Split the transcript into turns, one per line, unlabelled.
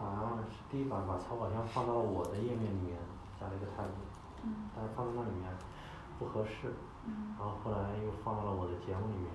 啊第一把把草稿箱放到了我的页面里面，加了一个 tab，
嗯
但是放到那里面不合适，
嗯嗯
然后后来又放到了我的节目里面，